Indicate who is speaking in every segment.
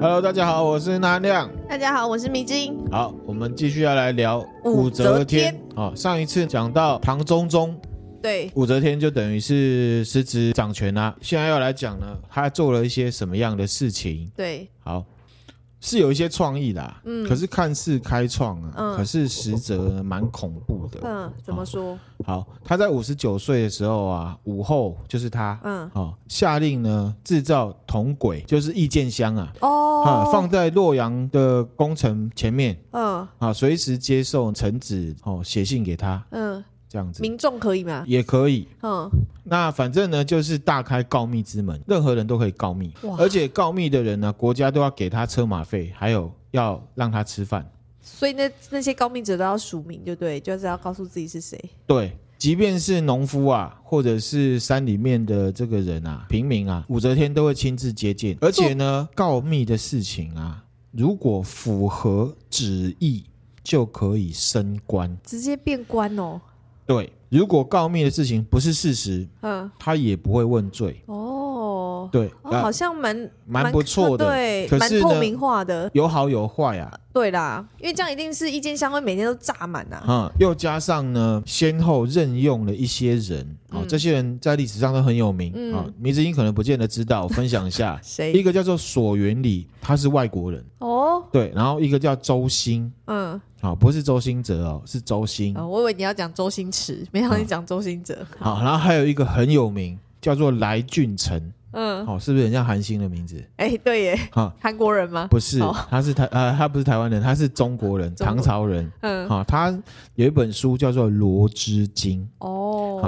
Speaker 1: Hello，大家好，我是南亮。
Speaker 2: 大家好，我是迷津。
Speaker 1: 好，我们继续要来聊
Speaker 2: 武则天
Speaker 1: 啊、哦上一次讲到唐中宗，
Speaker 2: 对，
Speaker 1: 武则天就等于是实职掌权啦、现在要来讲呢，他做了一些什么样的事情？
Speaker 2: 对，
Speaker 1: 好，是有一些创意的、啊，
Speaker 2: 嗯
Speaker 1: 可是看似开创啊，
Speaker 2: 嗯
Speaker 1: 可是实则呢蛮恐怖的。
Speaker 2: 嗯，怎么说？
Speaker 1: 好，他在五十九岁的时候啊，武后就是他，
Speaker 2: 嗯，
Speaker 1: 哦，下令呢制造铜轨，就是意见箱啊，啊，
Speaker 2: 哦，
Speaker 1: 放在洛阳的宫城前面
Speaker 2: 嗯
Speaker 1: 啊，随时接受臣子哦写信给他
Speaker 2: 嗯，
Speaker 1: 这样子
Speaker 2: 民众可以吗？
Speaker 1: 也可以。
Speaker 2: 嗯，
Speaker 1: 那反正呢，就是大开告密之门，任何人都可以告密
Speaker 2: 哇，
Speaker 1: 而且告密的人呢，国家都要给他车马费，还有要让他吃饭。
Speaker 2: 所以那那些高密者都要署名，对不对？就是要告诉自己是谁。
Speaker 1: 对，即便是农夫啊，或者是山里面的这个人啊，平民啊，武则天都会亲自接见。而且呢，告密的事情啊，如果符合旨意，就可以升官。
Speaker 2: 直接变官哦。
Speaker 1: 对，如果告密的事情不是事实，
Speaker 2: 嗯，
Speaker 1: 他也不会问罪。
Speaker 2: 哦，
Speaker 1: 对，
Speaker 2: 哦，
Speaker 1: 啊
Speaker 2: 好像蛮
Speaker 1: 蛮不错的。
Speaker 2: 对，
Speaker 1: 可
Speaker 2: 蛮
Speaker 1: 是呢
Speaker 2: 透明化的。
Speaker 1: 有好有坏啊，
Speaker 2: 对啦，因为这样一定是意见相关，每天都炸满啊呐。
Speaker 1: 嗯，又加上呢，先后任用了一些人，哦，这些人在历史上都很有名
Speaker 2: 嗯，
Speaker 1: 啊、哦。迷之音可能不见得知道，我分享一下
Speaker 2: 哎谁
Speaker 1: 一？个叫做索元礼，他是外国人，
Speaker 2: 哦，
Speaker 1: 对，然后一个叫周兴，
Speaker 2: 嗯，
Speaker 1: 啊、不是周兴哲哦，是周兴，
Speaker 2: 哦我以为你要讲周星驰，没想到你
Speaker 1: 嗯
Speaker 2: 讲周星哲。
Speaker 1: 好、然后还有一个很有名，叫做来俊臣，
Speaker 2: 嗯，
Speaker 1: 哦，是不是很像韩星的名字？
Speaker 2: 哎，对耶，
Speaker 1: 哈、
Speaker 2: 韩国人吗？
Speaker 1: 不是
Speaker 2: 哦，
Speaker 1: 他是台呃，他不是台湾人，他是中国人，
Speaker 2: 中国
Speaker 1: 唐朝人。
Speaker 2: 嗯，
Speaker 1: 啊，他有一本书叫做《罗织经》，啊，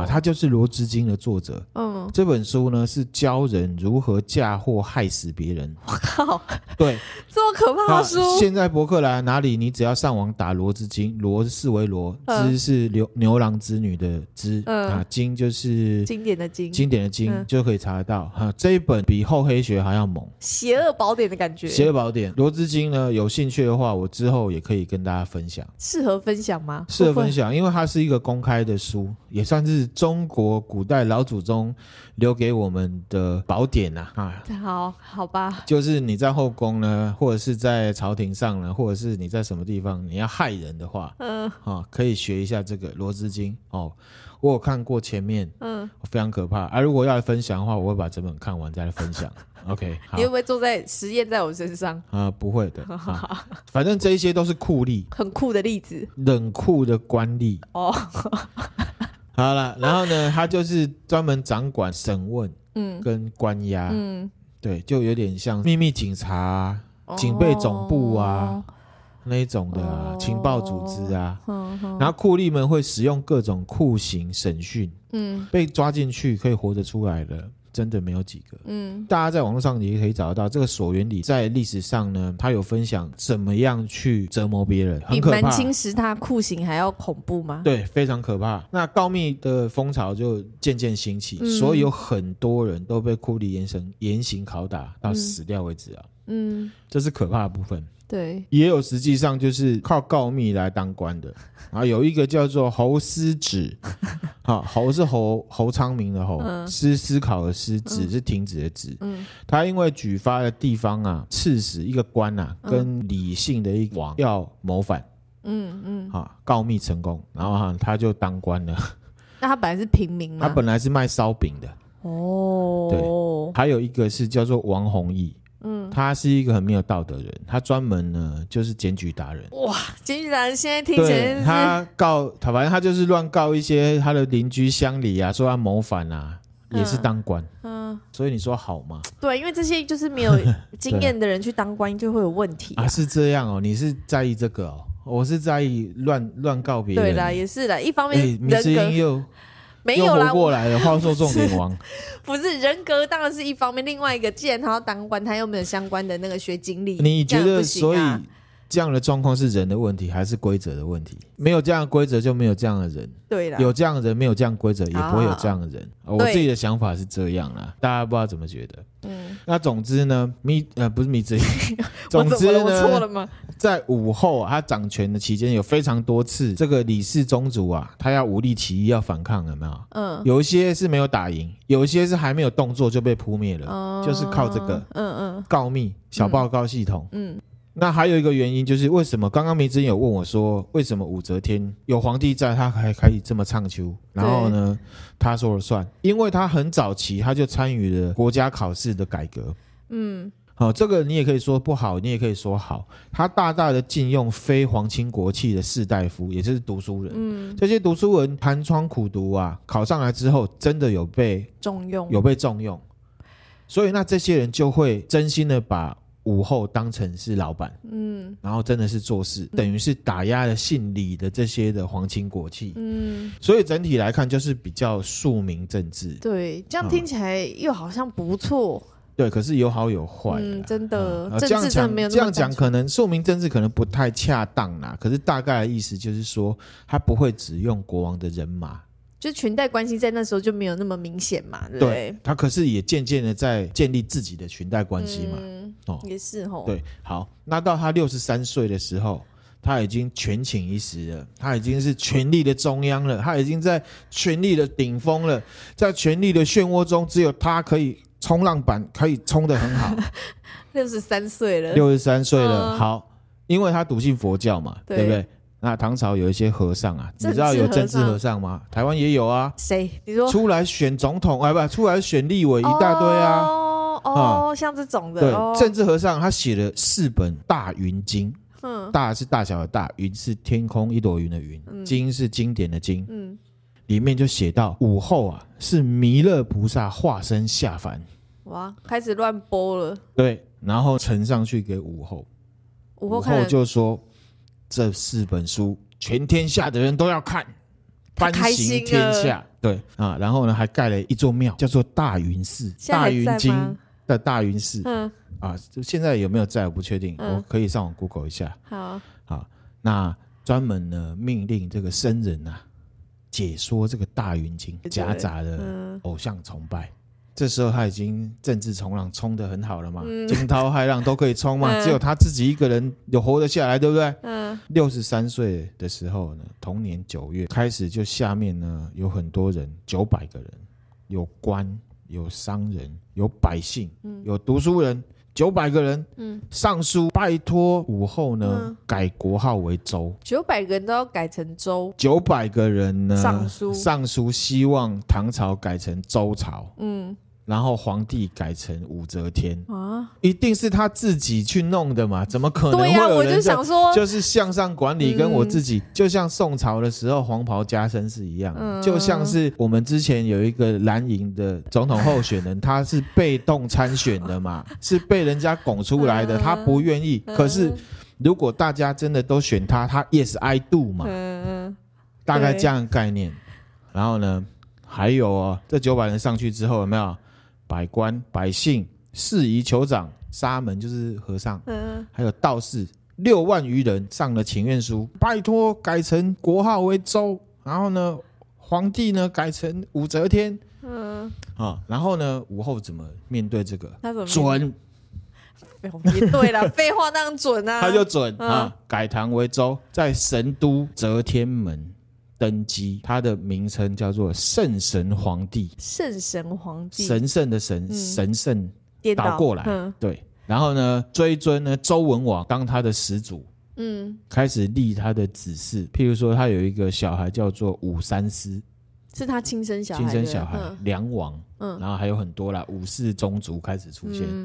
Speaker 2: 哦，
Speaker 1: 他就是《罗织经》的作者。
Speaker 2: 嗯，
Speaker 1: 这本书呢是教人如何嫁祸害死别人。
Speaker 2: 我靠，
Speaker 1: 对，
Speaker 2: 这么可怕
Speaker 1: 那
Speaker 2: 的书，
Speaker 1: 现在博客来哪里，你只要上网打“罗织经”，罗是为罗，
Speaker 2: 嗯
Speaker 1: 织是牛牛郎织女的织，
Speaker 2: 嗯
Speaker 1: 啊，经就是
Speaker 2: 经典的经，
Speaker 1: 经典的经，
Speaker 2: 嗯
Speaker 1: 就可以查得到。哈，这一本比厚黑学还要猛。
Speaker 2: 邪恶宝典的感觉，
Speaker 1: 邪恶宝典，罗织经呢，有兴趣的话，我之后也可以跟大家分享。
Speaker 2: 适合分享吗？
Speaker 1: 适合分
Speaker 2: 享。
Speaker 1: 享，因为它是一个公开的书，也算是中国古代老祖宗留给我们的宝典呐啊。
Speaker 2: 好好吧，
Speaker 1: 就是你在后宫呢，或者是在朝廷上呢，或者是你在什么地方，你要害人的话，
Speaker 2: 嗯
Speaker 1: 啊，可以学一下这个《罗织经》哦。我有看过前面，
Speaker 2: 嗯，
Speaker 1: 非常可怕啊。如果要来分享的话，我会把整本看完再来分享。OK，好
Speaker 2: 你会不会坐在实验在我身上？
Speaker 1: 啊、不会的、 啊，反正这一些都是酷吏，
Speaker 2: 很酷的例子
Speaker 1: 冷酷的官吏。
Speaker 2: 哦，
Speaker 1: 好了，然后呢，他就是专门掌管审问
Speaker 2: 嗯
Speaker 1: 跟关押，
Speaker 2: 嗯，
Speaker 1: 对，就有点像秘密警察啊、警备总部啊那一种的啊、
Speaker 2: 哦
Speaker 1: 情报组织啊。
Speaker 2: 哦，嗯嗯
Speaker 1: 然后酷吏们会使用各种酷刑审讯，
Speaker 2: 嗯
Speaker 1: 被抓进去可以活着出来的，真的没有几个。
Speaker 2: 嗯
Speaker 1: 大家在网络上也可以找得到这个索原理，在历史上呢，他有分享怎么样去折磨别人，很
Speaker 2: 比
Speaker 1: 可
Speaker 2: 蛮
Speaker 1: 怕。
Speaker 2: 侵蚀他酷刑还要恐怖吗？
Speaker 1: 对，非常可怕。那告密的风潮就渐渐兴起，
Speaker 2: 嗯
Speaker 1: 所以有很多人都被酷吏严刑严刑拷打到死掉为止啊，
Speaker 2: 嗯，
Speaker 1: 这是可怕的部分。
Speaker 2: 对，
Speaker 1: 也有实际上就是靠告密来当官的啊，有一个叫做侯思止，好、侯是侯侯昌明的侯，
Speaker 2: 嗯
Speaker 1: 思思考的思，止是停止的止。
Speaker 2: 嗯
Speaker 1: 他因为举发的地方啊，刺史一个官啊，
Speaker 2: 嗯
Speaker 1: 跟李姓的一个王要谋反
Speaker 2: 嗯嗯，
Speaker 1: 啊，告密成功，然后哈、他就当官了。
Speaker 2: 那他本来是平民
Speaker 1: 他
Speaker 2: 嘛，
Speaker 1: 本来是卖烧饼的，
Speaker 2: 哦，
Speaker 1: 还有一个是叫做王弘毅，
Speaker 2: 嗯，
Speaker 1: 他是一个很没有道德的人，他专门呢就是检举达人。
Speaker 2: 哇，监狱男现在听起来
Speaker 1: 对
Speaker 2: 就是
Speaker 1: 他告，他反正他就是乱告一些他的邻居乡里啊，说他谋反啊，也是当官，
Speaker 2: 嗯。
Speaker 1: 所以你说好吗？
Speaker 2: 对，因为这些就 是没有经验的人去当官就会有问题、
Speaker 1: 啊，是这样哦，你是在意这个哦，我是在意乱乱告别人。
Speaker 2: 对啦，也是啦，一方
Speaker 1: 哎，
Speaker 2: 面
Speaker 1: 明志
Speaker 2: 人格、
Speaker 1: 英又
Speaker 2: 没
Speaker 1: 又
Speaker 2: 有
Speaker 1: 活
Speaker 2: 啦，
Speaker 1: 过来了，话说重点王，
Speaker 2: 不是人格当然是一方面，另外一个，既然他要当官，他又没有相关的那个学经历，
Speaker 1: 你
Speaker 2: 这
Speaker 1: 觉
Speaker 2: 样
Speaker 1: 得
Speaker 2: 不行
Speaker 1: 所以
Speaker 2: 啊
Speaker 1: 这样的状况是人的问题还是规则的问题？没有这样的规则就没有这样的人，
Speaker 2: 对啦，啊哦
Speaker 1: 有这样的人没有这样的规则也不会有这样的人。呃我
Speaker 2: 对
Speaker 1: 自己的想法是这样啦，大家不知道怎么觉得。
Speaker 2: 嗯，
Speaker 1: 那总之呢，迷呃不是迷之音，
Speaker 2: 我
Speaker 1: 总
Speaker 2: 怎
Speaker 1: 之
Speaker 2: 么了？
Speaker 1: 呢，
Speaker 2: 我错了吗？
Speaker 1: 在武后、啊、他掌权的期间，有非常多次这个李氏宗族啊，他要武力起义要反抗，有没有？
Speaker 2: 嗯，
Speaker 1: 有一些是没有打赢，有一些是还没有动作就被扑灭了。
Speaker 2: 嗯
Speaker 1: 就是靠这个，
Speaker 2: 嗯
Speaker 1: 告密小报告系统。
Speaker 2: 嗯
Speaker 1: 那还有一个原因就是为什么刚刚梅子有问我说，为什么武则天有皇帝在，他还可以这么唱秋？然后呢，他说了算，因为他很早期他就参与了国家考试的改革。
Speaker 2: 嗯
Speaker 1: 好、这个你也可以说不好，你也可以说好。他大大的禁用非皇亲国戚的士大夫，也就是读书人。
Speaker 2: 嗯嗯，
Speaker 1: 这些读书人寒窗苦读啊，考上来之后，真的有被
Speaker 2: 重用
Speaker 1: 有被重用，所以那这些人就会真心的把武后当成是老板，
Speaker 2: 嗯
Speaker 1: 然后真的是做事，等于是打压了姓李的这些的皇亲国戚。
Speaker 2: 嗯，
Speaker 1: 所以整体来看，就是比较庶民政治，
Speaker 2: 对，这样
Speaker 1: 嗯
Speaker 2: 听起来又好像不错，
Speaker 1: 对。可是有好有坏啦，
Speaker 2: 嗯，真的
Speaker 1: 啊，
Speaker 2: 政
Speaker 1: 这样
Speaker 2: 治真的
Speaker 1: 讲
Speaker 2: 没有
Speaker 1: 这
Speaker 2: 那
Speaker 1: 样
Speaker 2: 么
Speaker 1: 讲，
Speaker 2: 单纯，
Speaker 1: 可能庶民政治可能不太恰当啦。可是大概的意思就是说，他不会只用国王的人马，
Speaker 2: 就裙带关系在那时候就没有那么明显嘛，对不嗯
Speaker 1: 对
Speaker 2: 对？
Speaker 1: 他可是也渐渐的在建立自己的裙带关系嘛。
Speaker 2: 嗯
Speaker 1: 哦
Speaker 2: 也是吼，
Speaker 1: 对，好，那到他六十三岁的时候，他已经权倾一时了，他已经是权力的中央了，他已经在权力的顶峰了，在权力的漩涡中，只有他可以冲浪板，可以冲得很好。
Speaker 2: 六十三岁了，
Speaker 1: 六十三岁了，
Speaker 2: 嗯
Speaker 1: 好，因为他笃信佛教嘛，对
Speaker 2: 对
Speaker 1: 不对？那唐朝有一些和尚啊，你
Speaker 2: 政
Speaker 1: 知道
Speaker 2: 治
Speaker 1: 有
Speaker 2: 和
Speaker 1: 政治和
Speaker 2: 尚
Speaker 1: 尚吗？台湾也有啊，
Speaker 2: 谁？你说
Speaker 1: 出来选总统，哎，不，出来选立委一大堆啊。
Speaker 2: 哦哦，像这种的，
Speaker 1: 对，
Speaker 2: 哦
Speaker 1: 政治和尚他写了四本《大云经》，
Speaker 2: 嗯
Speaker 1: 大是大小的大，云是天空一朵云的云，
Speaker 2: 嗯
Speaker 1: 经是经典的经，
Speaker 2: 嗯，
Speaker 1: 里面就写到午后啊是弥勒菩萨化身下凡，
Speaker 2: 哇，开始乱播了，
Speaker 1: 对，然后呈上去给午后，
Speaker 2: 午后看
Speaker 1: 后
Speaker 2: 了
Speaker 1: 就说这四本书全天下的人都要看，
Speaker 2: 他
Speaker 1: 翻
Speaker 2: 开
Speaker 1: 行
Speaker 2: 心
Speaker 1: 天
Speaker 2: 了
Speaker 1: 下，对啊，然后呢还盖了一座庙，叫做大云寺，
Speaker 2: 现在
Speaker 1: 大
Speaker 2: 还
Speaker 1: 云
Speaker 2: 在
Speaker 1: 经
Speaker 2: 吗
Speaker 1: 的大云寺
Speaker 2: 嗯，
Speaker 1: 啊，就现在有没有在我不确定，
Speaker 2: 嗯
Speaker 1: 我可以上网 Google 一下。
Speaker 2: 好，
Speaker 1: 啊，那专门呢命令这个僧人啊解说这个《大云经》，
Speaker 2: 对
Speaker 1: 夹杂了
Speaker 2: 嗯，
Speaker 1: 偶像崇拜。这时候他已经政治冲浪冲得很好了嘛，
Speaker 2: 嗯
Speaker 1: 惊涛骇浪都可以冲嘛，
Speaker 2: 嗯
Speaker 1: 只有他自己一个人有活得下来，对不对？
Speaker 2: 嗯，
Speaker 1: 六十三岁的时候呢，同年九月开始，就下面呢有很多人，九百个人，有官，有商人，有百姓，
Speaker 2: 嗯
Speaker 1: 有读书人，九百个人，
Speaker 2: 嗯，
Speaker 1: 上书拜托武后呢、
Speaker 2: 嗯
Speaker 1: 改国号为周，
Speaker 2: 九百个人都要改成州，
Speaker 1: 九百个人呢
Speaker 2: 上书
Speaker 1: 上书希望唐朝改成周朝，
Speaker 2: 嗯
Speaker 1: 然后皇帝改成武则天，
Speaker 2: 啊，
Speaker 1: 一定是他自己去弄的嘛？怎么可能会
Speaker 2: 对呀，
Speaker 1: 有
Speaker 2: 我
Speaker 1: 人
Speaker 2: 就
Speaker 1: 这样
Speaker 2: 想说，
Speaker 1: 就是向上管理跟我自己，就像宋朝的时候黄袍加身是一样的，
Speaker 2: 嗯
Speaker 1: 就像是我们之前有一个蓝营的总统候选人，他是被动参选的 嘛，是被人家拱出来的，
Speaker 2: 嗯
Speaker 1: 他不愿意。
Speaker 2: 嗯
Speaker 1: 可是如果大家真的都选他，他 yes I do 嘛，
Speaker 2: 嗯
Speaker 1: 大概这样的概念。然后呢，还有哦，这九百人上去之后有没有百官、百姓、士夷酋长、沙门就是和尚
Speaker 2: 嗯。嗯，
Speaker 1: 还有道士六万余人上了请愿书，拜托改成国号为周，然后呢，皇帝呢改成武则天
Speaker 2: 嗯，
Speaker 1: 啊，然后呢，武后怎么面对这个？
Speaker 2: 他怎么
Speaker 1: 准，
Speaker 2: 也对了， 废话当然准 啊，
Speaker 1: 他就准
Speaker 2: 嗯
Speaker 1: 啊，改唐为周，在神都则天门登基，他的名称叫做圣神皇帝，
Speaker 2: 圣神皇帝
Speaker 1: 神圣的神，
Speaker 2: 嗯
Speaker 1: 神圣
Speaker 2: 颠
Speaker 1: 倒
Speaker 2: 倒
Speaker 1: 过来
Speaker 2: 嗯
Speaker 1: 对，然后呢，追尊呢周文王当他的始祖，
Speaker 2: 嗯，
Speaker 1: 开始立他的子嗣，譬如说他有一个小孩叫做武三思，
Speaker 2: 是他亲生小孩，
Speaker 1: 亲生小
Speaker 2: 对
Speaker 1: 孩
Speaker 2: 不对
Speaker 1: 梁王，
Speaker 2: 嗯
Speaker 1: 然后还有很多啦，武氏宗族开始出现，
Speaker 2: 嗯，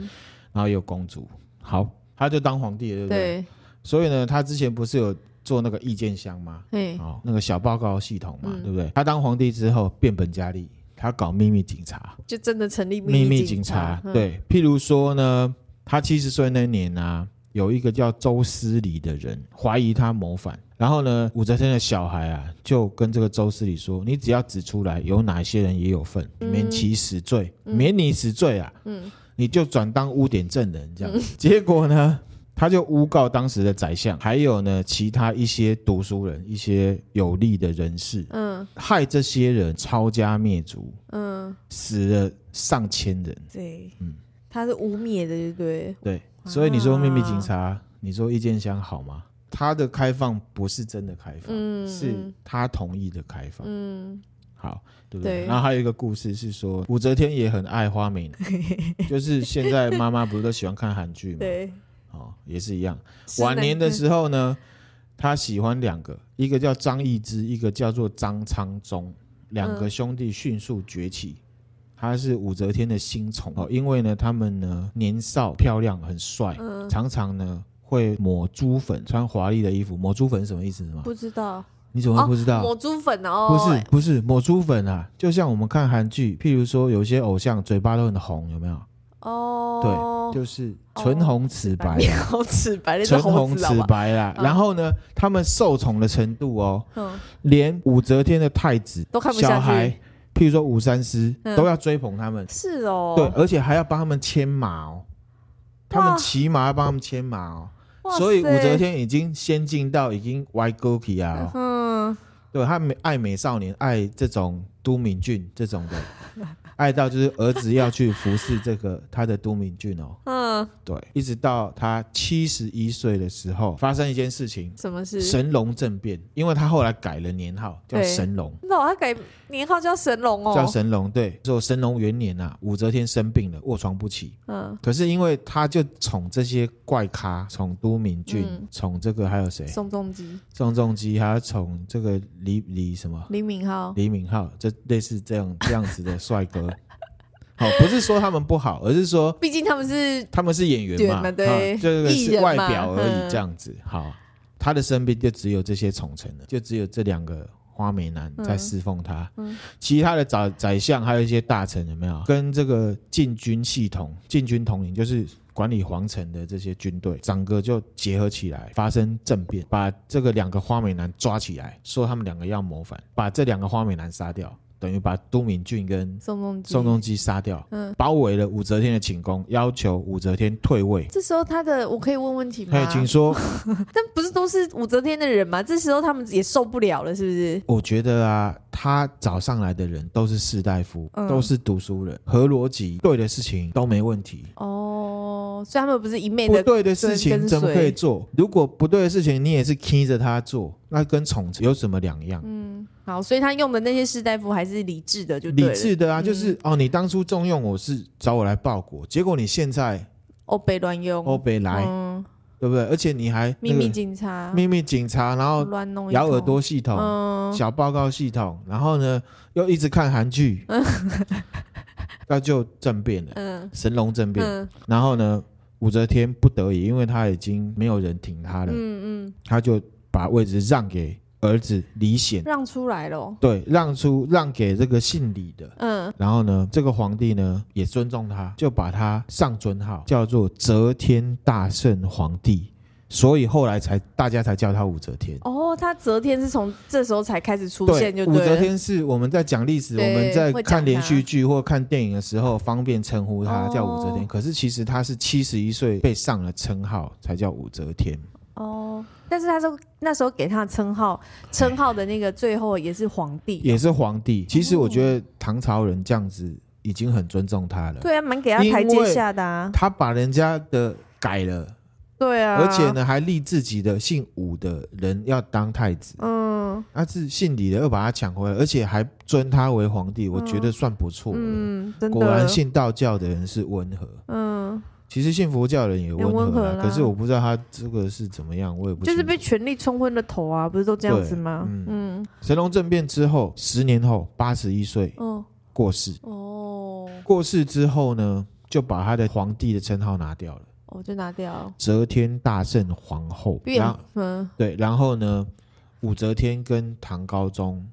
Speaker 1: 然后也有公主，好，他就当皇帝了，对
Speaker 2: 嗯
Speaker 1: 不对？
Speaker 2: 对，
Speaker 1: 所以呢，他之前不是有做那个意见箱吗？
Speaker 2: 哎，
Speaker 1: 哦，那个小报告系统嘛，
Speaker 2: 嗯
Speaker 1: 对不对？他当皇帝之后变本加厉，他搞秘密警察，
Speaker 2: 就真的成立
Speaker 1: 秘密
Speaker 2: 密
Speaker 1: 警
Speaker 2: 察嗯
Speaker 1: 察，，对，譬如说呢，他七十岁那年啊，有一个叫周思礼的人怀疑他谋反，然后呢，武则天的小孩啊，就跟这个周思礼说：“你只要指出来有哪些人也有份，
Speaker 2: 嗯
Speaker 1: 免其死罪，
Speaker 2: 嗯
Speaker 1: 免你死罪啊，
Speaker 2: 嗯，
Speaker 1: 你就转当污点证人这样。结果呢，他就诬告当时的宰相，还有呢其他一些读书人、一些有力的人士，
Speaker 2: 嗯
Speaker 1: 害这些人抄家灭族，
Speaker 2: 嗯，
Speaker 1: 死了上千人。
Speaker 2: 对，
Speaker 1: 嗯
Speaker 2: 他是污蔑的，对不对？
Speaker 1: 对，所以你说秘密警
Speaker 2: 啊
Speaker 1: 察，你说意见箱好吗？它的开放不是真的开放，
Speaker 2: 嗯
Speaker 1: 是
Speaker 2: 嗯
Speaker 1: 他同意的开放。
Speaker 2: 嗯，
Speaker 1: 好，对不对？
Speaker 2: 对
Speaker 1: 然后还有一个故事是说，武则天也很爱花美男，就是现在妈妈不是都喜欢看韩剧嘛？
Speaker 2: 对。
Speaker 1: 哦，也是一样。
Speaker 2: 是
Speaker 1: 晚
Speaker 2: 男
Speaker 1: 年的时候呢，她喜欢两个，一个叫张易之，一个叫做张昌宗，两
Speaker 2: 嗯
Speaker 1: 个兄弟迅速崛起。他是武则天的新宠哦，因为呢，他们呢年少漂亮，很帅，
Speaker 2: 嗯
Speaker 1: 常常呢会抹珠粉，穿华丽的衣服。抹珠粉是什么意思吗？
Speaker 2: 不知道
Speaker 1: 你怎么会
Speaker 2: 哦
Speaker 1: 不知道？
Speaker 2: 抹猪粉
Speaker 1: 啊
Speaker 2: 哦，
Speaker 1: 不是不是抹珠粉啊，就像我们看韩剧，譬如说有些偶像嘴巴都很红，有没有？
Speaker 2: 哦，
Speaker 1: 对，就是唇红齿白
Speaker 2: 你
Speaker 1: 啊，
Speaker 2: 好齿白，那是
Speaker 1: 唇
Speaker 2: 猴
Speaker 1: 红
Speaker 2: 子好
Speaker 1: 齿
Speaker 2: 吧？
Speaker 1: 白啦。
Speaker 2: 嗯
Speaker 1: 然后呢，他们受宠的程度哦，
Speaker 2: 嗯，
Speaker 1: 连武则天的太子
Speaker 2: 都看不下去
Speaker 1: 小孩，譬如说武三思，
Speaker 2: 嗯
Speaker 1: 都要追捧他们，
Speaker 2: 是哦，
Speaker 1: 对，而且还要帮他们牵马哦，他们骑马要帮他们牵马哦。
Speaker 2: 哇
Speaker 1: 所以武
Speaker 2: 塞
Speaker 1: 则，天已经先进到已经歪勾起啊、哦，
Speaker 2: 嗯，
Speaker 1: 对他美爱美少年，爱这种都敏俊这种 的，爱到就是儿子要去服侍这个他的都敏俊哦。
Speaker 2: 嗯，
Speaker 1: 对，一直到他七十一岁的时候，发生一件事情，
Speaker 2: 什么事？
Speaker 1: 神龙政变，因为他后来改了年号叫
Speaker 2: 对
Speaker 1: 神龙。
Speaker 2: 那我要改年号叫神龙哦，
Speaker 1: 叫神龙，对，说神龙元年啊，武则天生病了，卧床不起。
Speaker 2: 嗯，
Speaker 1: 可是因为他就宠这些怪咖，宠都敏俊，
Speaker 2: 嗯
Speaker 1: 宠这个还有谁？
Speaker 2: 宋仲基、
Speaker 1: 宋仲基，还有宠这个李李什么？
Speaker 2: 李敏镐，
Speaker 1: 李敏镐，这类似这样这样子的帅哥。 好，不是说他们不好，而是说
Speaker 2: 毕竟他们是
Speaker 1: 他们是演员嘛，
Speaker 2: 对嘛对
Speaker 1: 啊这个
Speaker 2: 艺
Speaker 1: 是
Speaker 2: 人嘛
Speaker 1: 外表而已，
Speaker 2: 嗯
Speaker 1: 这样子。好，他的身边就只有这些宠臣了，就只有这两个花美男在侍奉他。
Speaker 2: 嗯
Speaker 1: 其他的宰宰相还有一些大臣有没有跟这个禁军系统、禁军统领就是。管理皇城的这些军队，整个就结合起来发生政变，把这个两个花美男抓起来，说他们两个要谋反，把这两个花美男杀掉，等于把都敏俊跟
Speaker 2: 宋仲基。
Speaker 1: 宋仲基杀掉，
Speaker 2: 嗯
Speaker 1: 包围了武则天的寝宫，要求武则天退位。
Speaker 2: 这时候他的，我可以问问啊题吗
Speaker 1: 嘿，？请说，
Speaker 2: 但不是都是武则天的人吗？这时候他们也受不了了，是不是？
Speaker 1: 我觉得啊，他找上来的人都是士大夫，
Speaker 2: 嗯
Speaker 1: 都是读书人，合逻辑，对的事情都没问题。
Speaker 2: 哦，所以他们不是一昧
Speaker 1: 不
Speaker 2: 的，
Speaker 1: 对的事
Speaker 2: 跟
Speaker 1: 情
Speaker 2: 随
Speaker 1: 怎么可以做？如果不对的事情你也是听着他做，那跟宠有什么两样？
Speaker 2: 嗯，好，所以他用的那些士大夫还是理智的，就对
Speaker 1: 理
Speaker 2: 了嗯
Speaker 1: 智的啊，就是、哦，你当初重用我是找我来报国，结果你现在
Speaker 2: 哦，被乱用，
Speaker 1: 欧北来，
Speaker 2: 嗯，
Speaker 1: 对不对？而且你还
Speaker 2: 秘
Speaker 1: 那个
Speaker 2: 密警察，
Speaker 1: 秘密警察，然后
Speaker 2: 乱弄一
Speaker 1: 咬耳
Speaker 2: 通，
Speaker 1: 朵系统，
Speaker 2: 嗯，
Speaker 1: 小报告系统，然后呢又一直看韩 剧，那就政变了，
Speaker 2: 嗯
Speaker 1: 神龙政变。
Speaker 2: 嗯
Speaker 1: 然后呢，武则天不得已，因为她已经没有人挺她了，
Speaker 2: 嗯嗯，
Speaker 1: 她就把位置让给儿子李显，
Speaker 2: 让出来了哦，
Speaker 1: 对，让出让给这个姓李的。
Speaker 2: 嗯，
Speaker 1: 然后呢，这个皇帝呢也尊重他，就把他上尊号，叫做则天大圣皇帝，所以后来才大家才叫他武则天。
Speaker 2: 哦，他择天是从这时候才开始出
Speaker 1: 对，
Speaker 2: 现，就
Speaker 1: 武
Speaker 2: 对
Speaker 1: 则
Speaker 2: 了，
Speaker 1: 天是我们在讲历史，我
Speaker 2: 对
Speaker 1: 们在
Speaker 2: 会讲
Speaker 1: 看
Speaker 2: 她
Speaker 1: 连续剧或看电影的时候，方便称呼她
Speaker 2: 哦
Speaker 1: 叫武则天。可是其实她是七十一岁被上了称号，才叫武则天。
Speaker 2: 哦，但是他说那时候给他的称号，称号的那个最后也是皇帝，
Speaker 1: 也是皇帝。其实我觉得唐朝人这样子已经很尊重他了，
Speaker 2: 对啊，蛮给他台
Speaker 1: 因
Speaker 2: 阶
Speaker 1: 为
Speaker 2: 下的啊，
Speaker 1: 他把人家的改了，
Speaker 2: 对啊，
Speaker 1: 而且，呢还立自己的姓武的人要当太子，
Speaker 2: 嗯
Speaker 1: 他是姓李的又把他抢回来，而且还尊他为皇帝，我觉得算不错了。
Speaker 2: 嗯，真的，
Speaker 1: 果然信道教的人是温和。
Speaker 2: 嗯，其
Speaker 1: 其实信佛教人也温
Speaker 2: 也温
Speaker 1: 和
Speaker 2: 和
Speaker 1: 啦，
Speaker 2: 啦
Speaker 1: 可是我不知道他这个是怎么样，我也不
Speaker 2: 就是
Speaker 1: 清楚
Speaker 2: 被权力冲昏了头啊，不是都这样子吗
Speaker 1: 对？
Speaker 2: 嗯
Speaker 1: 神龙政变之后，十年后八十一岁
Speaker 2: 嗯
Speaker 1: 过世。
Speaker 2: 哦，
Speaker 1: 过世之后呢，就把他的皇帝的称号拿掉了，
Speaker 2: 我就拿掉，
Speaker 1: 则天大圣皇后。
Speaker 2: 变
Speaker 1: 然后
Speaker 2: 嗯
Speaker 1: 对，然后呢，武则天跟唐高宗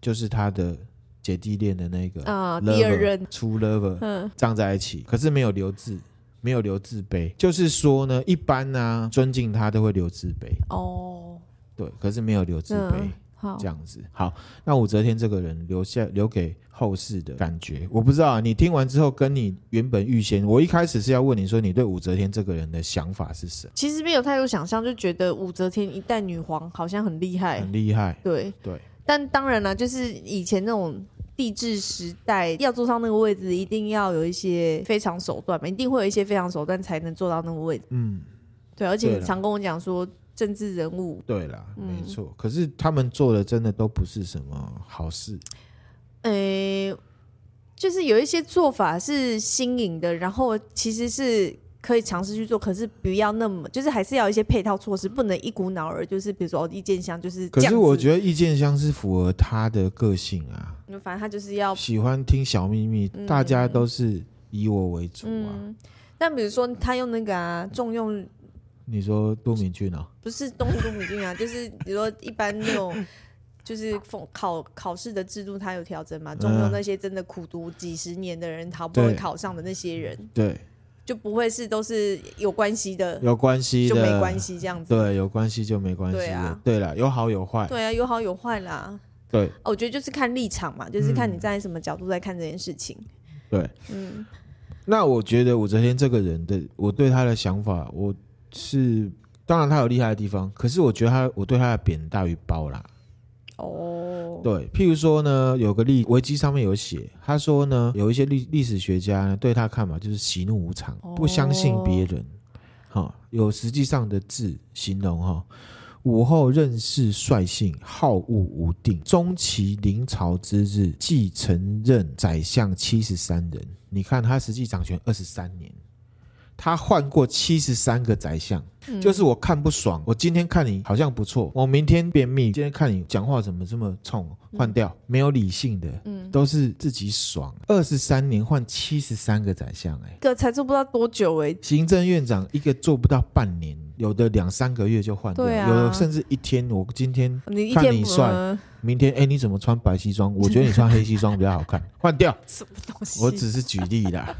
Speaker 1: 就是他的姐弟恋的那个
Speaker 2: 啊
Speaker 1: lover,
Speaker 2: 第二任
Speaker 1: 初 lover，
Speaker 2: 嗯
Speaker 1: 葬在一起，可是没有留字，没有留字碑。就是说呢，啊一般呢、尊敬他都会留字碑，
Speaker 2: 哦
Speaker 1: 对，可是没有留字碑。
Speaker 2: 嗯，好
Speaker 1: 这，样子。好，那武则天这个人留下留给后世的感觉，我不知道啊你听完之后跟你原本预先，我一开始是要问你说你对武则天这个人的想法是什么？
Speaker 2: 其实没有太多想象，就觉得武则天一代女皇好像很厉害，
Speaker 1: 很厉害，
Speaker 2: 对。
Speaker 1: 对，
Speaker 2: 但当然了，就是以前那种帝制时代，要坐上那个位置，一定要有一些非常手段嘛，一定会有一些非常手段才能坐到那个位置。
Speaker 1: 嗯，
Speaker 2: 对，而且
Speaker 1: 对
Speaker 2: 你
Speaker 1: 啦
Speaker 2: 常跟我讲说，政治人物，
Speaker 1: 对啦，
Speaker 2: 嗯
Speaker 1: 没错。可是他们做的真的都不是什么好事，
Speaker 2: 诶、呃就是有一些做法是新颖的，然后其实是。可以尝试去做，可是不要那么，就是还是要有一些配套措施，不能一股脑儿，就是比如说哦，意见箱就是
Speaker 1: 可
Speaker 2: 这样
Speaker 1: 是我
Speaker 2: 得，
Speaker 1: 觉得易建香是符合他的个性啊，
Speaker 2: 嗯反正他就是要
Speaker 1: 喜欢听小秘密，大家都是以我为主啊。
Speaker 2: 嗯，但比如说他用那个啊，重用
Speaker 1: 你说杜敏俊啊，
Speaker 2: 不是东西都不进啊，就是比如说一般那种。就是考考考试的制度，它有调整嘛？重用
Speaker 1: 嗯
Speaker 2: 那些真的苦读几十年的人，好不容易
Speaker 1: 对
Speaker 2: 考上的那些人，
Speaker 1: 对，
Speaker 2: 就不会是都是有关系的，
Speaker 1: 有关系
Speaker 2: 就
Speaker 1: 的，
Speaker 2: 没关，系这样子。
Speaker 1: 对，有关系就没关系
Speaker 2: 对啊
Speaker 1: 了。对了，有好有坏，
Speaker 2: 对啊，有好有坏啦。
Speaker 1: 对
Speaker 2: 哦我觉得就是看立场嘛，就是看你
Speaker 1: 嗯
Speaker 2: 站在什么角度在看这件事情。
Speaker 1: 对。
Speaker 2: 嗯，
Speaker 1: 那我觉得武则天这个人的，我对他的想法，我是当然他有厉害的地方，可是我觉得他，我对他的贬大于褒啦。
Speaker 2: 哦，
Speaker 1: 对，譬如说呢，有个历维基上面有写，他说呢，有一些历历史学家呢对他看法就是喜怒无常，不相信别人。好、有实际上的字形容哈、武后任事率性，好恶无定，终其临朝之日，即承任宰相七十三人。你看他实际掌权二十三年，他换过七十三个宰相。
Speaker 2: 嗯
Speaker 1: 就是我看不爽，我今天看你好像不错，我明天便秘，今天看你讲话怎么这么冲，换掉，没有理性的，
Speaker 2: 嗯，
Speaker 1: 都是自己爽。二十三年换七十三个宰相、哎，
Speaker 2: 个才做不到多久哎、
Speaker 1: 行政院长一个做不到半年，有的两三个月就换掉，
Speaker 2: 对啊
Speaker 1: 有的甚至一天。我今天，
Speaker 2: 你一
Speaker 1: 看
Speaker 2: 天
Speaker 1: 你
Speaker 2: 不嗯
Speaker 1: 帅明天，哎、你怎么穿白西装？我觉得你穿黑西装比较好 看，换掉。
Speaker 2: 什么东西？
Speaker 1: 我只是举例啦，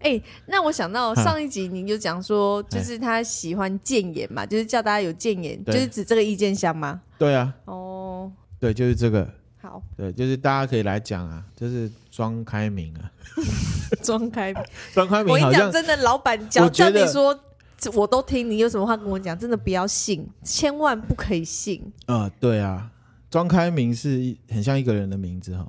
Speaker 2: 哎、那我想到
Speaker 1: 嗯
Speaker 2: 上一集你就讲说，
Speaker 1: 哎
Speaker 2: 就是他喜欢谏言嘛，就是叫大家有谏言，就
Speaker 1: 对
Speaker 2: 是指这个意见箱吗？
Speaker 1: 对啊，
Speaker 2: 哦，
Speaker 1: 对，就是这个。
Speaker 2: 好，
Speaker 1: 对，就是大家可以来讲啊，就是庄开明啊，
Speaker 2: 装开。
Speaker 1: 庄开明
Speaker 2: 我跟
Speaker 1: 好
Speaker 2: 你
Speaker 1: 像
Speaker 2: 讲，真的，老板讲
Speaker 1: 我
Speaker 2: 叫
Speaker 1: 觉
Speaker 2: 你
Speaker 1: 得
Speaker 2: 说，这我都听，你有什么话跟我讲？真的不要信，千万不可以信。
Speaker 1: 啊、对啊，庄开明是一很像一个人的名字哈。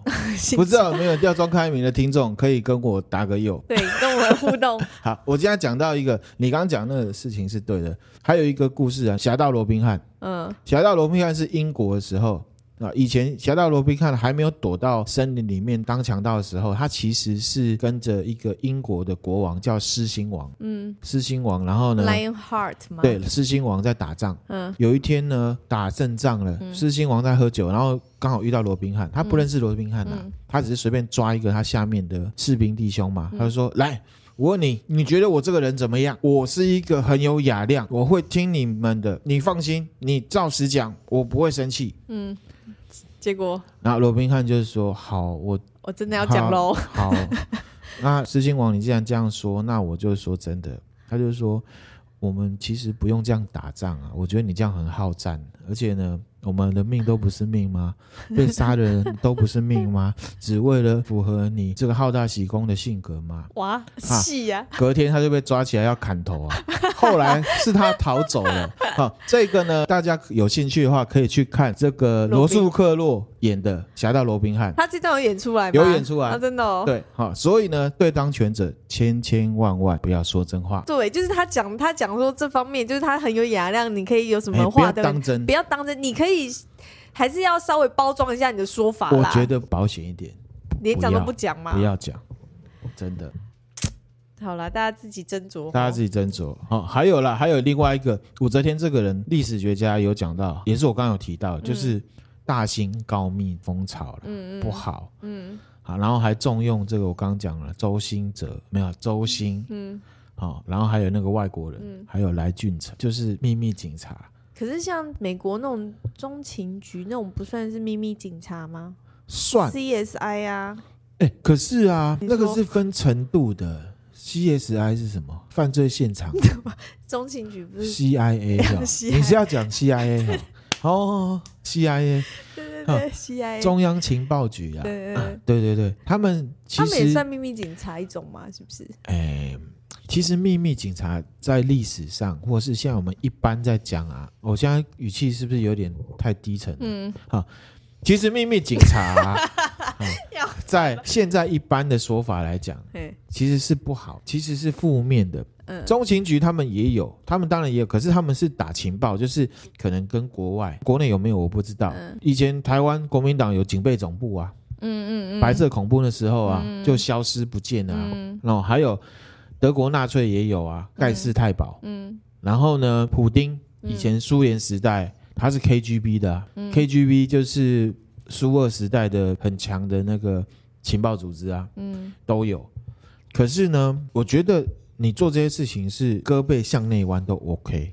Speaker 1: 不知道有没有叫庄开明的听众可以跟我打个右。
Speaker 2: 对，跟我们互动。
Speaker 1: 好，我今天讲到一个，你刚刚讲那个事情是对的。还有一个故事啊，《侠盗罗宾汉》。
Speaker 2: 嗯
Speaker 1: 《侠盗罗宾汉》是英国的时候啊，以前《侠盗罗宾汉》还没有躲到森林里面当强盗的时候，他其实是跟着一个英国的国王叫狮心王，
Speaker 2: 嗯
Speaker 1: 狮心王，然后呢，
Speaker 2: ，Lion Heart 嘛。
Speaker 1: 对，，狮心王在打仗。
Speaker 2: 嗯
Speaker 1: 有一天呢，打胜仗了，狮心王在喝酒，然后刚好遇到罗宾汉，他不认识罗宾汉啊，
Speaker 2: 嗯
Speaker 1: 他只是随便抓一个他下面的士兵弟兄嘛，
Speaker 2: 嗯
Speaker 1: 他就说：“来，我问你，你觉得我这个人怎么样？我是一个很有雅量，我会听你们的，你放心，你照实讲，我不会生气。
Speaker 2: 嗯，结果”
Speaker 1: 然后罗宾汉就是说：“好，我
Speaker 2: 我真的要讲喽。
Speaker 1: 好，那狮心王，你既然这样说，那我就说真的。他就说，我们其实不用这样打仗啊，我觉得你这样很好战，而且呢，我们的命都不是命吗？被杀的人都不是命吗？只为了符合你这个好大喜功的性格吗？
Speaker 2: 哇，戏呀、
Speaker 1: 隔天他就被抓起来要砍头啊。后来是他逃走了。好，这个呢，大家有兴趣的话可以去看这个罗素克洛演的《侠盗罗宾汉》。
Speaker 2: 他这段有演出来吗？
Speaker 1: 有演出来
Speaker 2: 啊，真的哦。
Speaker 1: 对，好，所以呢，对当权者千千万万不要说真话，
Speaker 2: 对，就是他讲，他讲说这方面，就是他很有雅量，你可以有什
Speaker 1: 哎
Speaker 2: 么
Speaker 1: 不
Speaker 2: 话
Speaker 1: 要
Speaker 2: 的，
Speaker 1: 当真
Speaker 2: 不。要当真，你可以还是要稍微包装一下你的说法啦。
Speaker 1: 我觉得保险一点，
Speaker 2: 连讲都
Speaker 1: 不要
Speaker 2: 不讲嘛
Speaker 1: 不。要讲，真的，
Speaker 2: 哦好啦，大家自己斟酌哦。
Speaker 1: 大家自己斟酌。好、还有啦，还有另外一个武则天这个人，历史学家有讲到，也是我刚刚有提到，就是大兴告密风潮了，
Speaker 2: 嗯
Speaker 1: 不好。
Speaker 2: 嗯
Speaker 1: 好，然后还重用这个我刚刚讲了周兴哲，没有周兴，
Speaker 2: 嗯。
Speaker 1: 好、然后还有那个外国人，
Speaker 2: 嗯
Speaker 1: 还有来俊臣，就是秘密警察，
Speaker 2: 可是像美国那种中情局那种，不算是秘密警察吗
Speaker 1: 算
Speaker 2: ？CSI 啊，
Speaker 1: 哎、可是啊，
Speaker 2: 你
Speaker 1: 那个
Speaker 2: 说
Speaker 1: 是分程度的。CSI 是什么？犯罪现 场
Speaker 2: 中情局不是
Speaker 1: CIA 是吧
Speaker 2: CIA
Speaker 1: 你是要讲 CIA 哈？哦 CIA
Speaker 2: 对对对，CIA
Speaker 1: 中央情报局啊，
Speaker 2: 哎对对
Speaker 1: 啊
Speaker 2: 对
Speaker 1: 对对对，他们其
Speaker 2: 他们也
Speaker 1: 实
Speaker 2: 算秘密警察一种嘛，是不是？
Speaker 1: 哎，其实秘密警察在历史上，或是现在我们一般在讲啊，我现在语气是不是有点太低沉了？
Speaker 2: 嗯，
Speaker 1: 其实秘密警察啊、啊
Speaker 2: 要
Speaker 1: 在现在一般的说法来讲，
Speaker 2: 嘿，
Speaker 1: 其实是不好，其实是负面的。
Speaker 2: 嗯，
Speaker 1: 中情局他们也有，他们当然也有，可是他们是打情报，就是可能跟国外、国内有没有我不知道。
Speaker 2: 嗯
Speaker 1: 以前台湾国民党有警备总部啊，
Speaker 2: 嗯嗯嗯，
Speaker 1: 白色恐怖的时候啊，
Speaker 2: 嗯
Speaker 1: 就消失不见了、啊。
Speaker 2: 嗯
Speaker 1: 然后还有德国纳粹也有啊，盖世太保。
Speaker 2: 嗯
Speaker 1: 然后呢，普丁
Speaker 2: 嗯
Speaker 1: 以前苏联时代他是 KGB 的、啊 k g b 就是苏俄时代的很强的那个情报组织啊，
Speaker 2: 嗯
Speaker 1: 都有。可是呢，我觉得你做这些事情是胳膊向内弯都 OK，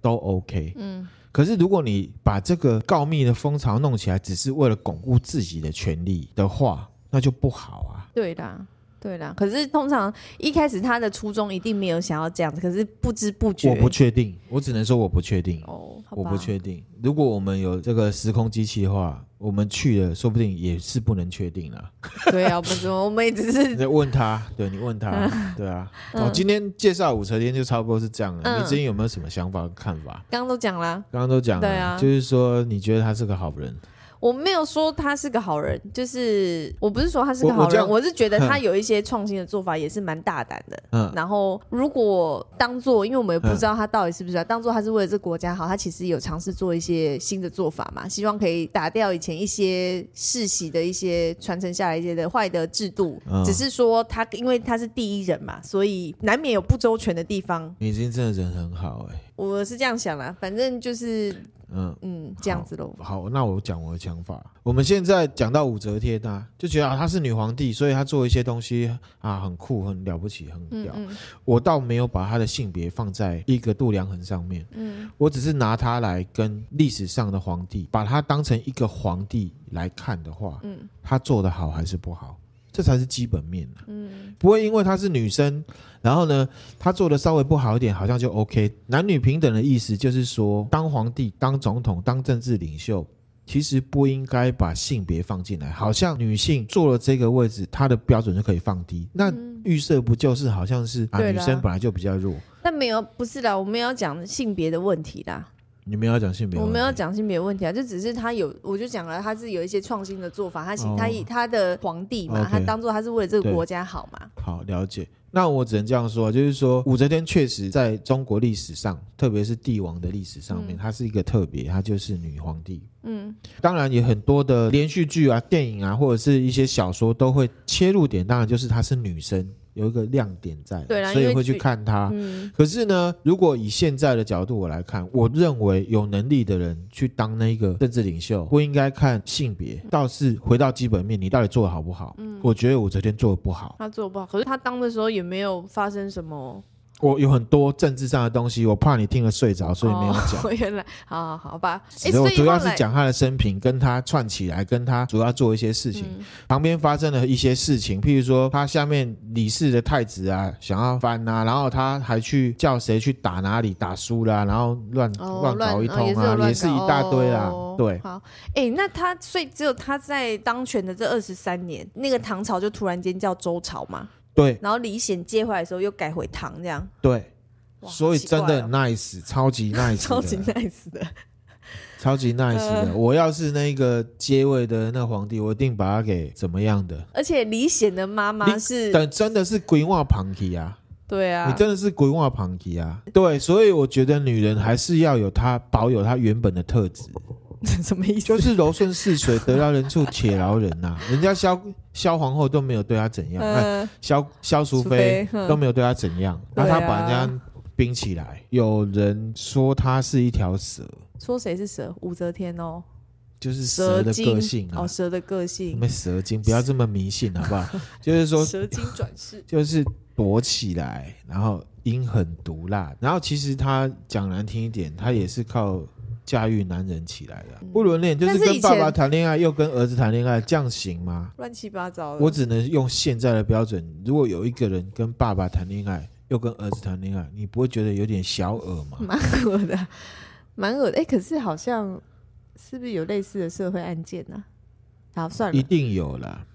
Speaker 1: 都 OK。
Speaker 2: 嗯
Speaker 1: 可是如果你把这个告密的风潮弄起来，只是为了巩固自己的权利的话，那就不好啊。
Speaker 2: 对啦。对啦，可是通常一开始他的初衷一定没有想要这样子，可是不知不觉，
Speaker 1: 我不确定，我只能说我不确定。
Speaker 2: 哦，好吧
Speaker 1: 我不确定。 如果我们有这个时空机器的话，我们去了，说不定也是不能确定啦。
Speaker 2: 对啊，不是，我们也只
Speaker 1: 你
Speaker 2: 是
Speaker 1: 再问他， 对你问他，对啊。
Speaker 2: 嗯
Speaker 1: 哦，今天介绍武则天就差不多是这样了。
Speaker 2: 嗯
Speaker 1: 你最近有没有什么想法、看法？
Speaker 2: 刚刚都讲啦，
Speaker 1: 刚刚都讲了，
Speaker 2: 对啊
Speaker 1: 就是说你觉得他是个好人，
Speaker 2: 我没有说他是个好人，就是我不是说他是个
Speaker 1: 我
Speaker 2: 好
Speaker 1: 我这
Speaker 2: 人，
Speaker 1: 样
Speaker 2: 我是觉得他有一些创新的做法也是蛮大胆的。
Speaker 1: 嗯
Speaker 2: 然后，如果当做，因为我们也不知道他到底是
Speaker 1: 嗯
Speaker 2: 不是啊，当做他是为了这国家好，他其实有尝试做一些新的做法嘛，希望可以打掉以前一些世袭的一些传承下来一些的坏的制度。
Speaker 1: 嗯
Speaker 2: 只是说他因为他是第一人嘛，所以难免有不周全的地方。
Speaker 1: 你已经真的人很好哎、
Speaker 2: 我是这样想啦，反正就是
Speaker 1: 嗯。
Speaker 2: 嗯这样子喽。
Speaker 1: 好，那我讲我的想法。我们现在讲到武则天啊，就觉得啊她是女皇帝，所以她做一些东西啊很酷、很了不起、很
Speaker 2: 嗯
Speaker 1: 屌。
Speaker 2: 嗯
Speaker 1: 我倒没有把她的性别放在一个度量衡上面，
Speaker 2: 嗯
Speaker 1: 我只是拿他来跟历史上的皇帝，把他当成一个皇帝来看的话，
Speaker 2: 嗯
Speaker 1: 他做的好还是不好，这才是基本面、啊、
Speaker 2: 嗯
Speaker 1: 不会因为她是女生，然后呢，她做的稍微不好一点，好像就 OK。男女平等的意思就是说，当皇帝、当总统、当政治领袖。其实不应该把性别放进来，好像女性坐了这个位置，她的标准就可以放低。那
Speaker 2: 嗯
Speaker 1: 预设不就是好像是啊，
Speaker 2: 对
Speaker 1: 女
Speaker 2: 啦
Speaker 1: 生本来就比较弱？
Speaker 2: 但没有，不是啦，我们要讲性别的问题啦，
Speaker 1: 你们要讲性别问题，
Speaker 2: 我们要讲性别问题啊，就只是他有，我就讲了，他是有一些创新的做法，他
Speaker 1: 哦
Speaker 2: 他以他的皇帝嘛，
Speaker 1: OK
Speaker 2: 他当做他是为了这
Speaker 1: 对
Speaker 2: 个国家好嘛，
Speaker 1: 好，了解。那我只能这样说，啊就是说武则天确实在中国历史上，特别是帝王的历史上面，
Speaker 2: 嗯
Speaker 1: 她是一个特别，她就是女皇帝。
Speaker 2: 嗯
Speaker 1: 当然，也很多的连续剧啊、电影啊，或者是一些小说都会切入点，当然就是她是女生，有一个亮点在，
Speaker 2: 对啦
Speaker 1: 所
Speaker 2: 因
Speaker 1: 以
Speaker 2: 为
Speaker 1: 会去
Speaker 2: 剧
Speaker 1: 看她。
Speaker 2: 嗯
Speaker 1: 可是呢，如果以现在的角度我来看，我认为有能力的人去当那个政治领袖，不应该看性别，倒是回到基本面，你到底做的好不好？
Speaker 2: 嗯
Speaker 1: 我觉得武则天做的不好。
Speaker 2: 他做得不好，可是他当的时候也没有发生什么，
Speaker 1: 我有很多政治上的东西，我怕你听了睡着，所以没有讲。
Speaker 2: 哦、原来，好好好吧，哎、
Speaker 1: 只有
Speaker 2: 所以
Speaker 1: 主要
Speaker 2: 后来
Speaker 1: 是讲他的生平，跟他串起来，跟他主要做一些事情。
Speaker 2: 嗯
Speaker 1: 旁边发生了一些事情，譬如说他下面李氏的太子啊，想要翻啊，然后他还去叫谁去打哪里，打输啦、然后乱、
Speaker 2: 哦
Speaker 1: 乱搞一
Speaker 2: 哦
Speaker 1: 通
Speaker 2: 是有
Speaker 1: 啊，
Speaker 2: 乱
Speaker 1: 也是一大堆啦。
Speaker 2: 搞
Speaker 1: 对，
Speaker 2: 好，哎、那他所以只有他在当权的这二十三年，那个唐朝就突然间叫周朝嘛，
Speaker 1: 对，
Speaker 2: 然后李显接回来的时候又改回唐这样，
Speaker 1: 对，
Speaker 2: 哇
Speaker 1: 所以
Speaker 2: 好奇怪
Speaker 1: 真的
Speaker 2: 哦
Speaker 1: 很 nice，、超 级 nice，的
Speaker 2: 超级
Speaker 1: 啊
Speaker 2: nice 的，
Speaker 1: 超级 nice 的。
Speaker 2: 呃
Speaker 1: 我要是那个接位的那皇帝，我一定把他给怎么样的。
Speaker 2: 而且李显的妈妈
Speaker 1: 李
Speaker 2: 是，
Speaker 1: 但真的是规划旁体啊，
Speaker 2: 对啊
Speaker 1: 你，真的是规划旁体啊。对，所以我觉得女人还是要有她保有她原本的特质，
Speaker 2: 什么意思？
Speaker 1: 就是柔顺似水，得饶人处且饶人 呐、人家萧萧皇后都没有对她怎样，哎
Speaker 2: 嗯，
Speaker 1: 萧萧淑
Speaker 2: 淑
Speaker 1: 妃
Speaker 2: 妃哼
Speaker 1: 都没有对她怎样，那
Speaker 2: 对
Speaker 1: 她
Speaker 2: 啊
Speaker 1: 把人家冰起来。有人说她是一条蛇，
Speaker 2: 说谁是蛇？武则天哦，
Speaker 1: 就是蛇的
Speaker 2: 精
Speaker 1: 个性啊
Speaker 2: 哦，。蛇的个性
Speaker 1: 什，么蛇精，不要这么迷信好不 好？就是说
Speaker 2: 蛇精转世，
Speaker 1: 就是躲起来，然后阴狠毒辣，然后其实他讲难听一点，他也是靠驾驭男人起来的啊，不伦恋就是
Speaker 2: 嗯但是
Speaker 1: 跟
Speaker 2: 以
Speaker 1: 爸
Speaker 2: 前
Speaker 1: 爸谈恋爱，又跟儿子谈恋爱，这样行吗？
Speaker 2: 乱七八糟的。
Speaker 1: 我只能用现在的标准，如果有一个人跟爸爸谈恋爱，又跟儿子谈恋爱，
Speaker 2: 嗯
Speaker 1: 你不会觉得有点小恶吗？
Speaker 2: 蛮恶的，蛮恶的。哎、可是好像是不是有类似的社会案件呢、好，算
Speaker 1: 一
Speaker 2: 了。
Speaker 1: 定有啦。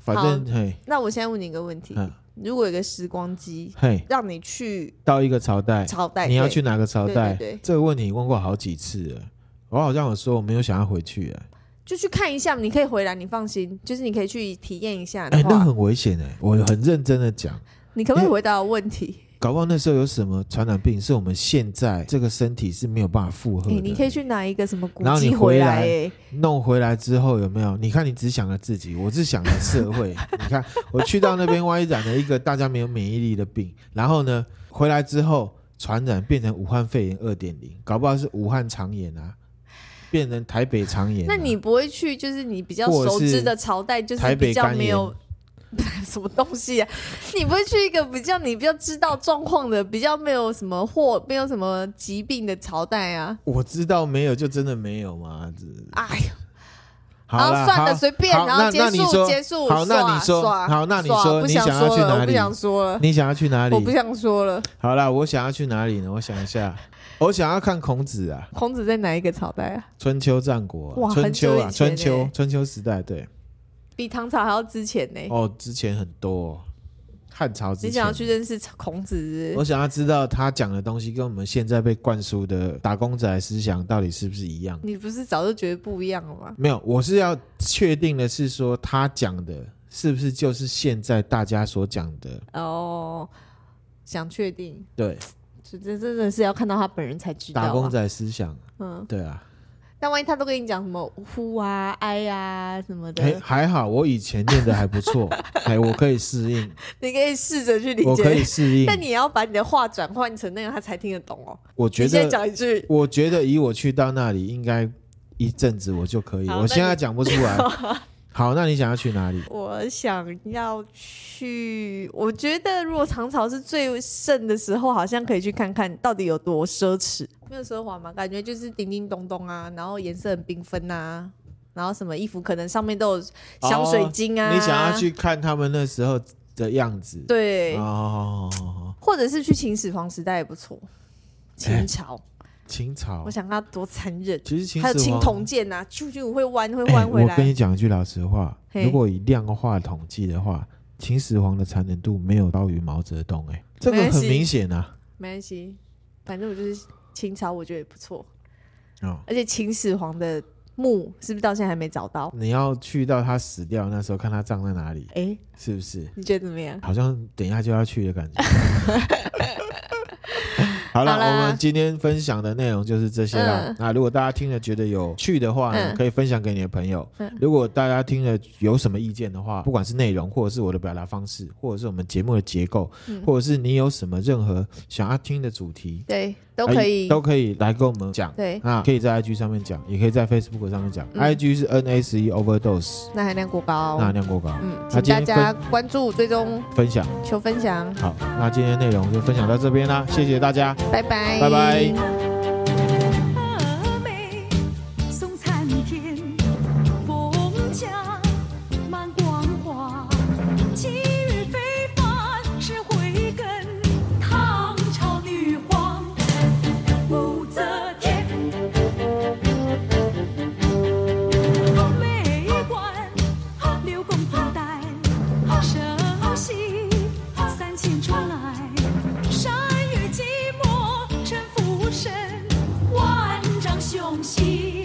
Speaker 1: 反正嘿，
Speaker 2: 那我现在问你一个问题：
Speaker 1: 嗯，
Speaker 2: 如果有一个时光机，
Speaker 1: 嘿，
Speaker 2: 让你去
Speaker 1: 到一个朝代，
Speaker 2: 朝代，
Speaker 1: 你要
Speaker 2: 对
Speaker 1: 去哪个朝代？
Speaker 2: 对对对
Speaker 1: 这个问题问过好几次了，我好像有说我没有想要回去、哎
Speaker 2: 就去看一下，你可以回来，你放心，就是你可以去体验一下
Speaker 1: 哎、
Speaker 2: 的话，
Speaker 1: 那很哎危险哎、我很认真的讲，
Speaker 2: 你可不可以回答我问题？
Speaker 1: 搞不好那时候有什么传染病是我们现在这个身体是没有办法负荷
Speaker 2: 哎、
Speaker 1: 的。
Speaker 2: 你可以去拿一个什么古
Speaker 1: 然后你
Speaker 2: 迹
Speaker 1: 回
Speaker 2: 来、
Speaker 1: 来
Speaker 2: 哎，
Speaker 1: 弄回来之后有没有？你看你只想了自己，我只想了社 会。你看我去到那边，万一染了一个大家没有免疫力的病，然后呢，回来之后传染变成武汉肺炎二点零，搞不好是武汉肠炎啊，变成台北肠炎啊、
Speaker 2: 那你不会去，就是你比较
Speaker 1: 或者
Speaker 2: 熟知
Speaker 1: 是
Speaker 2: 的朝代，就是
Speaker 1: 台北
Speaker 2: 比较
Speaker 1: 肝
Speaker 2: 没
Speaker 1: 炎
Speaker 2: 有 什么东西啊？你不会去一个比较你比较知道状况的，比较没有什么祸、没有什么疾病的朝代啊？
Speaker 1: 我知道没有就真的没有嘛？这
Speaker 2: 哎呀，
Speaker 1: 好
Speaker 2: 然后
Speaker 1: 啦
Speaker 2: 算了，
Speaker 1: 好
Speaker 2: 随便，
Speaker 1: 好
Speaker 2: 然后
Speaker 1: 那
Speaker 2: 结
Speaker 1: 那你
Speaker 2: 束
Speaker 1: 说
Speaker 2: 结束，
Speaker 1: 好那
Speaker 2: 刷
Speaker 1: 你说
Speaker 2: 刷
Speaker 1: 好那你
Speaker 2: 刷
Speaker 1: 说
Speaker 2: 不
Speaker 1: 你
Speaker 2: 想
Speaker 1: 想要
Speaker 2: 说
Speaker 1: 去
Speaker 2: 了
Speaker 1: 哪
Speaker 2: 我不
Speaker 1: 里
Speaker 2: 想说了，
Speaker 1: 你想要去哪里
Speaker 2: 我？不想说了。
Speaker 1: 好啦，我想要去哪里呢？我想一下，我想要看孔子啊，
Speaker 2: 孔子在哪一个朝代啊？
Speaker 1: 春秋战国、
Speaker 2: 哇
Speaker 1: 啊，春秋啊，
Speaker 2: 很久以
Speaker 1: 春
Speaker 2: 前
Speaker 1: 秋
Speaker 2: 欸，
Speaker 1: 春秋时代，对。
Speaker 2: 比唐朝还要之前呢、
Speaker 1: 哦，之前很多、哦、汉朝之前，
Speaker 2: 你想要去认识孔子是不
Speaker 1: 我
Speaker 2: 是
Speaker 1: 想要知道他讲的东西跟我们现在被灌输的打工仔思想到底是不是一样？
Speaker 2: 你不是早就觉得不一样了吗？
Speaker 1: 没有，我是要确定的是说他讲的是不是就是现在大家所讲的？
Speaker 2: 哦，想确定，
Speaker 1: 对，
Speaker 2: 这这真的是要看到他本人才知道、啊。
Speaker 1: 打工仔思想，
Speaker 2: 嗯，
Speaker 1: 对啊。
Speaker 2: 但万一他都跟你讲什么呼啊、哀啊什么的，
Speaker 1: 哎，还好我以前念的还不错， 哎，我可以适应，
Speaker 2: 你可以试着去理
Speaker 1: 我可以
Speaker 2: 解。
Speaker 1: 适应。
Speaker 2: 但你也要把你的话转换成那样，他才听得懂哦。
Speaker 1: 我
Speaker 2: 你
Speaker 1: 觉
Speaker 2: 现在
Speaker 1: 得，
Speaker 2: 讲一句，
Speaker 1: 我觉得以我去到那里，应该一阵子我就可以。
Speaker 2: 好
Speaker 1: 我
Speaker 2: 那
Speaker 1: 现在
Speaker 2: 你
Speaker 1: 讲不出 来。好，那你想要去哪里？
Speaker 2: 我想要去，我觉得如果唐朝是最盛的时候，好像可以去看看到底有多奢侈，没有奢华嘛，感觉就是叮叮咚咚啊，然后颜色很缤纷啊，然后什么衣服可能上面都有香水精啊，
Speaker 1: 哦你想要去看他们那时候的样子？
Speaker 2: 对，
Speaker 1: 哦，哦
Speaker 2: 或者是去秦始皇时代也不错，秦朝，
Speaker 1: 秦朝
Speaker 2: 我，想看他多残忍，
Speaker 1: 其实哎秦始皇
Speaker 2: 还有青铜剑啊，啾啾会弯会
Speaker 1: 哎
Speaker 2: 弯回
Speaker 1: 我跟
Speaker 2: 来，
Speaker 1: 你讲一句老实话，
Speaker 2: 嘿
Speaker 1: 如果以量化统计的话，秦始皇的残忍度没有高于毛泽东，哎，这个
Speaker 2: 没关
Speaker 1: 很
Speaker 2: 系
Speaker 1: 明显啊。
Speaker 2: 没关系，反正我就是秦朝，我觉得也不错。
Speaker 1: 哦，
Speaker 2: 而且秦始皇的墓是不是到现在还没找到？
Speaker 1: 你要去到他死掉那时候，看他葬在哪里，
Speaker 2: 哎、
Speaker 1: 是不是？
Speaker 2: 你觉得怎么 样？
Speaker 1: 好像等一下就要去的 感觉。好了，
Speaker 2: 好啦
Speaker 1: 我们今天分享的内容就是这些啦。
Speaker 2: 嗯
Speaker 1: 那如果大家听了觉得有趣的话呢，
Speaker 2: 嗯
Speaker 1: 可以分享给你的朋友。
Speaker 2: 嗯
Speaker 1: 如果大家听了有什么意见的话，不管是内容，或者是我的表达方式，或者是我们节目的结构，
Speaker 2: 嗯
Speaker 1: 或者是你有什么任何想要听的主题，
Speaker 2: 对，都可以，
Speaker 1: 哎都可以来跟我们讲。
Speaker 2: 对。
Speaker 1: 那可以在 IG 上面讲，也可以在 Facebook 上面讲。
Speaker 2: 嗯
Speaker 1: IG 是 NACE Overdose，
Speaker 2: 那含量过高，
Speaker 1: 那量过高。
Speaker 2: 嗯，
Speaker 1: 那今
Speaker 2: 请大
Speaker 1: 天
Speaker 2: 家
Speaker 1: 分
Speaker 2: 关注、追踪、
Speaker 1: 分享。
Speaker 2: 求分享，
Speaker 1: 好，那今天内容就分享到这边啦，谢谢大家。
Speaker 2: 拜拜，
Speaker 1: 拜拜。
Speaker 3: 峨眉送参天，风甲满光华，气宇非凡是慧根，唐朝女皇武则天。美观六宫八代，盛熙三千传来。山雨寂寞，沉浮深，万丈雄心。